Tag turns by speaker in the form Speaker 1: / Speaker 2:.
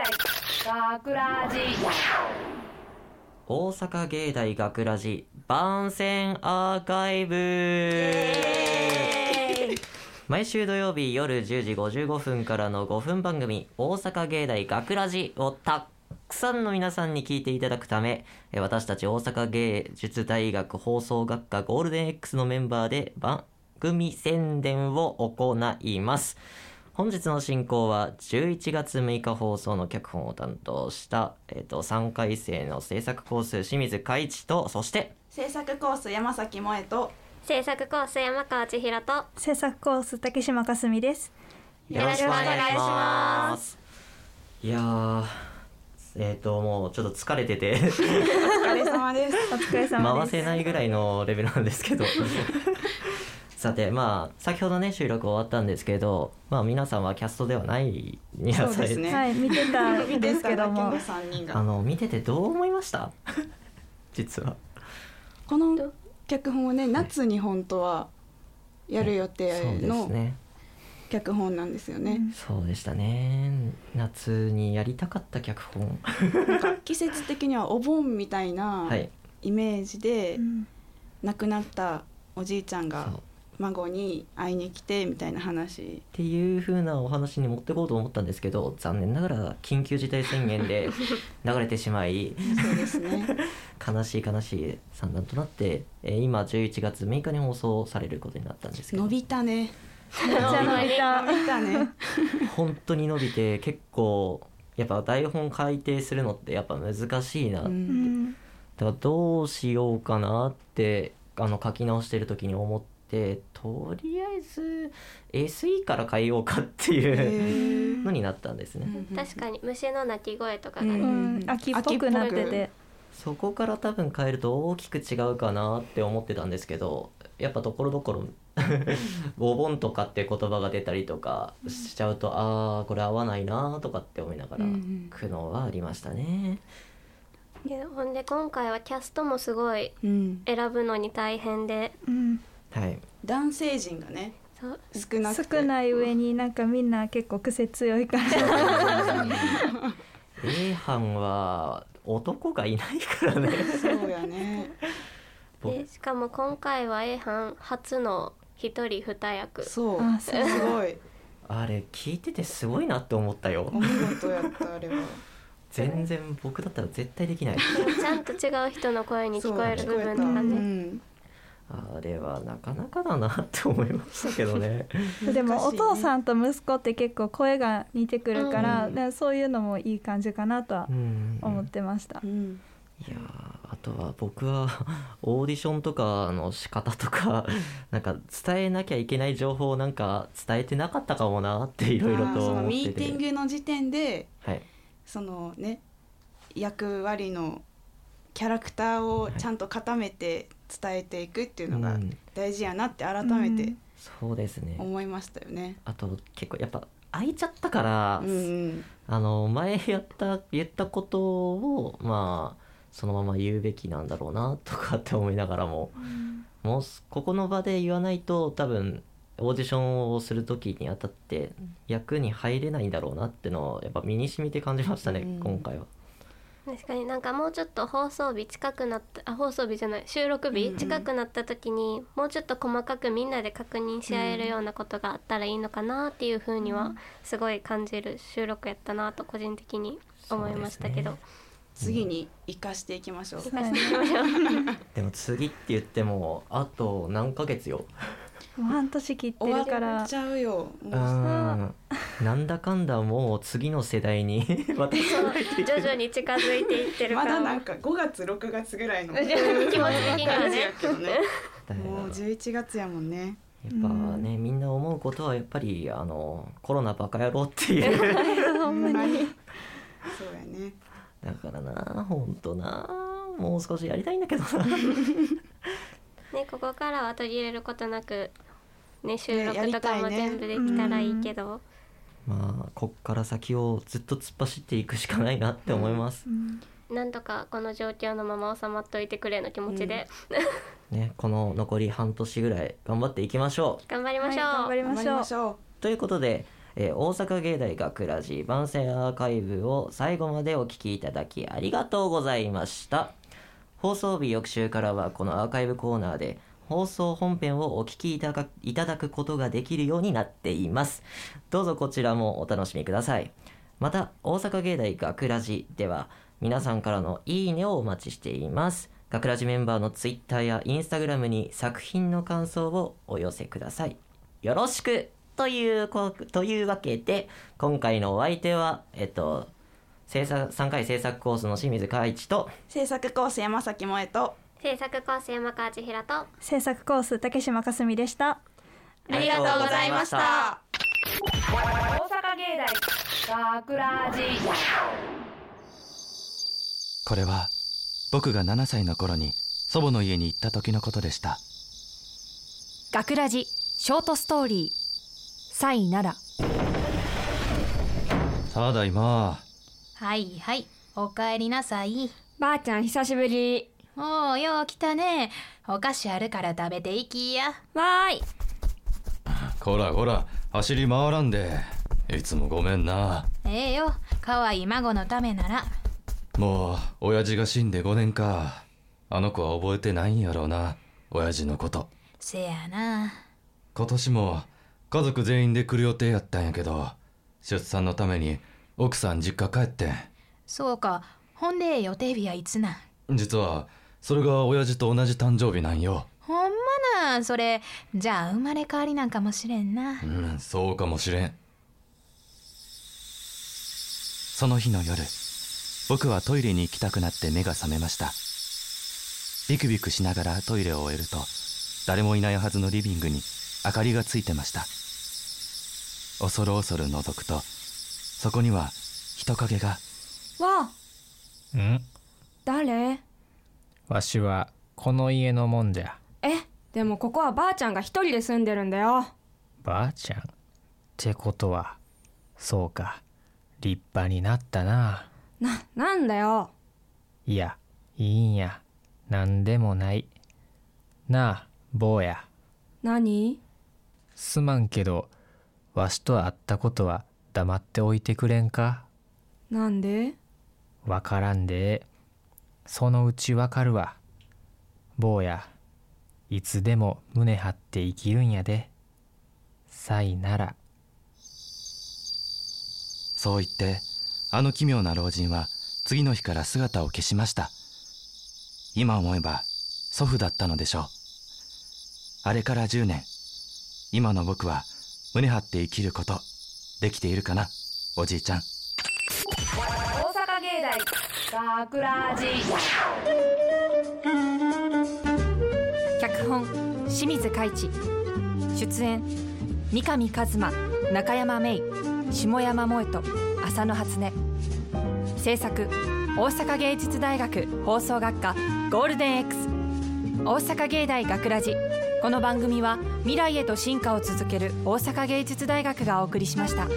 Speaker 1: 学ラジ
Speaker 2: 大阪芸大学ラジ番宣アーカイブ毎週土曜日夜10時55分からの5分番組「大阪芸大学ラジをたっくさんの皆さんに聞いていただくためえ私たち大阪芸術大学放送学科ゴールデン X のメンバーで番組宣伝を行います本日の進行は11月6日放送の脚本を担当した、えっと3回生の制作コース清水海一とそして。
Speaker 3: 制作コース山崎萌 と
Speaker 4: 制作コース山川千尋と
Speaker 5: 制作コース竹島かすみです。
Speaker 4: よろしくお願いします
Speaker 2: いやー、えっ、ともうちょっと疲れてて
Speaker 3: お疲れ様です
Speaker 5: お疲れ様
Speaker 2: 回
Speaker 5: です。
Speaker 2: せないぐらいのレベルなんです けど。さてまあ先ほどね収録終わったんですけど、まあ皆さんはキャストではない皆さん
Speaker 3: そうですね
Speaker 5: はい、見てたんですけども
Speaker 3: 見てただけの、三人
Speaker 2: あ
Speaker 3: が
Speaker 2: の見ててどう思いました？実は。
Speaker 3: この脚本をね夏に本当はやる予定
Speaker 2: そうです
Speaker 3: の
Speaker 2: ね。
Speaker 3: 脚本なんですよね
Speaker 2: そうでしたね。夏にやりたかった脚本。
Speaker 3: なんか季節的にはお盆みたいな
Speaker 2: はい。
Speaker 3: イメージで
Speaker 5: うん
Speaker 3: 亡くなったおじいちゃん
Speaker 2: そう
Speaker 3: が孫に会いに来てみたいな 話
Speaker 2: っていう風なお話に持ってこうと思ったんですけど残念ながら緊急事態宣言で流れてしまい
Speaker 3: そうですね
Speaker 2: 悲しい悲しい算段となって、えー今11月6日に放送されることになったんですけど
Speaker 3: 伸びたね
Speaker 5: めっちゃ伸びた。
Speaker 3: 伸びたね
Speaker 2: 本当に伸びて結構やっぱ台本改訂するのってやっぱ難しいな、
Speaker 3: う
Speaker 2: だ
Speaker 5: うんん
Speaker 2: からどうしようかなってあの書き直してる時に思ってとりあえず SE から変えようかっていう
Speaker 3: へー
Speaker 2: のになったんですね。
Speaker 4: 確かに虫の鳴き声とかが
Speaker 3: う
Speaker 5: う
Speaker 4: ね、
Speaker 5: ん、秋っぽくなってて、
Speaker 2: そこから多分変えると大きく違うかなって思ってたんですけどやっぱところどこ ろお盆とかって言葉が出たりとかしちゃうと、ああこれ合わないなとかって思いながら
Speaker 3: うんうん
Speaker 2: 苦悩はありましたね。
Speaker 4: でほんで今回はキャストもすごい
Speaker 3: うん
Speaker 4: 選ぶのに大変で
Speaker 5: うん、
Speaker 2: はい、
Speaker 3: 男性陣がね
Speaker 4: そう
Speaker 3: 少なくて
Speaker 5: 少ない上になんかみんな結構癖強いから、
Speaker 2: A 班は男がいないからね
Speaker 3: そうやね
Speaker 2: 僕
Speaker 4: でしかも今回は A 班初の一人二役
Speaker 3: そう
Speaker 5: あ
Speaker 3: す
Speaker 5: そう
Speaker 3: ごい
Speaker 2: あれ聞いててすごいなって思ったよ
Speaker 3: お見事やったあれは
Speaker 2: 全然僕だったら絶対でき ない
Speaker 4: ちゃんと違う人の声に聞こえる
Speaker 3: そう
Speaker 4: 部分と
Speaker 3: 聞こ
Speaker 4: か
Speaker 3: えたう
Speaker 4: ね
Speaker 3: ん
Speaker 2: あれはなかなかだなって思いましたけど ね
Speaker 5: でもお父
Speaker 3: ん
Speaker 5: さんと息子って結構声が似てくるから、
Speaker 2: うん
Speaker 5: だからそういうのもいい感じかなとは
Speaker 2: うん
Speaker 5: 思ってました。
Speaker 3: うん
Speaker 2: いやーあとは僕は オーディションとかの仕方とか なんか伝えなきゃいけない情報をなんか伝えてなかったかもなっていろいろ
Speaker 3: まあ
Speaker 2: と
Speaker 3: その
Speaker 2: 思っ
Speaker 3: ミ
Speaker 2: て
Speaker 3: ーテ
Speaker 2: て
Speaker 3: ィングの時点で
Speaker 2: はい
Speaker 3: そのね役割のキャラクターをちゃんと固めて伝えていくっていうの
Speaker 2: う
Speaker 3: が
Speaker 2: ん
Speaker 3: 大事やなって改めて
Speaker 2: そうですね
Speaker 3: 思いましたよね。
Speaker 2: あと結構やっぱ空いちゃったから、
Speaker 3: うんうん
Speaker 2: あの前やった言ったことをまあそのまま言うべきなんだろうなとかって思いながらももうすここの場で言わないと多分オーディションをする時にあたって役に入れないんだろうなってのをやっぱ身に染みて感じましたね、
Speaker 3: うん
Speaker 2: 今回は。
Speaker 4: 確かになんかもうちょっと放送日近くなったあ放送日じゃない収録
Speaker 3: うんう
Speaker 4: 日
Speaker 3: ん
Speaker 4: 近くなった時にもうちょっと細かくみんなで確認し合えるようなことがあったらいいのかなっていうふうにはすごい感じる収録やったなと個人的に思いましたけど、
Speaker 2: そう
Speaker 3: 次に生かしていきましょう。
Speaker 5: はい
Speaker 2: でも次って言ってもあと何ヶ月よ。
Speaker 5: もう半年切って
Speaker 3: 終
Speaker 5: るか
Speaker 3: わ
Speaker 5: ら
Speaker 3: っちゃうよ。
Speaker 2: う
Speaker 3: もう
Speaker 2: ーんなんだかんだもう次の世代に 渡さないといけ
Speaker 4: 徐
Speaker 2: ない。
Speaker 4: 々に近づいていって る
Speaker 3: ま
Speaker 4: から
Speaker 3: だなんか5月6月ぐ らいの
Speaker 4: 気持ち的には
Speaker 3: 感じ
Speaker 4: ね
Speaker 3: やけどね。
Speaker 2: だよ
Speaker 3: もう11月やもんね。
Speaker 2: やっぱね、みんな思うことはやっぱりあのコロナバカ野郎っていう
Speaker 3: ほんまに。そうやね。
Speaker 2: だからなほんとなもう少しやりたいんだけどな
Speaker 4: ねここからは途切れることなく、ね、収
Speaker 3: ねや
Speaker 4: 録
Speaker 3: り
Speaker 4: と
Speaker 3: た
Speaker 4: か
Speaker 3: い
Speaker 4: も
Speaker 3: ね
Speaker 4: 全部できたらいいけど、
Speaker 2: まあこっから先をずっと突っ走っていくしかないなって思います、
Speaker 5: うん
Speaker 4: なんとかこの状況のまま収まっといてくれの気持ちで
Speaker 2: ねこの残り半年ぐらい頑張っていきましょう
Speaker 4: 頑張り
Speaker 5: は
Speaker 4: ま
Speaker 5: い
Speaker 4: しょう。
Speaker 5: 頑張りましょう。
Speaker 3: ょう。
Speaker 2: ということで、えー大阪芸大学ラジ番宣アーカイブを最後までお聞きいただきありがとうございました放送日翌週からはこのアーカイブコーナーで放送本編をお聞きいただかいただくことができるようになっていますどうぞこちらもお楽しみくださいまた大阪芸大学ラジでは皆さんからのいいねをお待ちしています学ラジメンバーのツイッターやインスタグラムに作品の感想をお寄せくださいよろしくというこというわけで今回のお相手はえっと制作3回制作コースの清水海一と
Speaker 3: 制作コース山崎萌と。
Speaker 4: 制作コース山川千尋と
Speaker 5: 制作コース竹島かすみでした
Speaker 2: ありがとうございました
Speaker 1: 大阪芸大がくらじ
Speaker 6: これは僕が7歳の頃に祖母の家に行った時のことでした
Speaker 7: 学ラジショートストーリーサイなら
Speaker 6: ただいま
Speaker 8: はいはいおかえりなさい
Speaker 9: ばあちゃん久しぶり
Speaker 8: おおよう来たねお菓子あるから食べていきや
Speaker 9: わーい
Speaker 6: こらこら走り回らんでいつもごめんな
Speaker 8: ええよ可愛い孫のためなら
Speaker 6: もう親父が死んで5年かあの子は覚えてないんやろうな親父のこと
Speaker 8: せやな
Speaker 6: 今年も家族全員で来る予定やったんやけど出産のために奥さん実家帰ってん
Speaker 8: そうかほんで予定日はいつなん
Speaker 6: 実はそれが親父と同じ誕生日なんよ
Speaker 8: ほんまなんそれじゃあ生まれ変わりなんかもしれんな
Speaker 6: うんそうかもしれんその日の夜僕はトイレに行きたくなって目が覚めましたビクビクしながらトイレを終えると誰もいないはずのリビングに明かりがついてました恐る恐る覗くとそこには人影が
Speaker 9: わあ
Speaker 10: ん
Speaker 9: 誰
Speaker 10: わしはこの家のもんじゃ
Speaker 9: えでもここはばあちゃんが一人で住んでるんだよ
Speaker 10: ばあちゃんってことはそうか立派になったな
Speaker 9: ななんだよ
Speaker 10: いやいいんやなんでもないなあ坊や
Speaker 9: 何
Speaker 10: すまんけどわしと会ったことは黙っておいてくれんか
Speaker 9: なんで
Speaker 10: わからんでそのうちわかるわ坊やいつでも胸張って生きるんやでさいなら
Speaker 6: そう言ってあの奇妙な老人は次の日から姿を消しました今思えば祖父だったのでしょうあれから10年今の僕は胸張って生きることできているかなおじいちゃん
Speaker 1: 大阪芸大がくらじ
Speaker 7: 脚本清水海地出演三上一馬中山芽衣下山萌と浅野初音制作大阪芸術大学放送学科ゴールデン X 大阪芸大学ラジこの番組は未来へと進化を続ける大阪芸術大学がお送りしました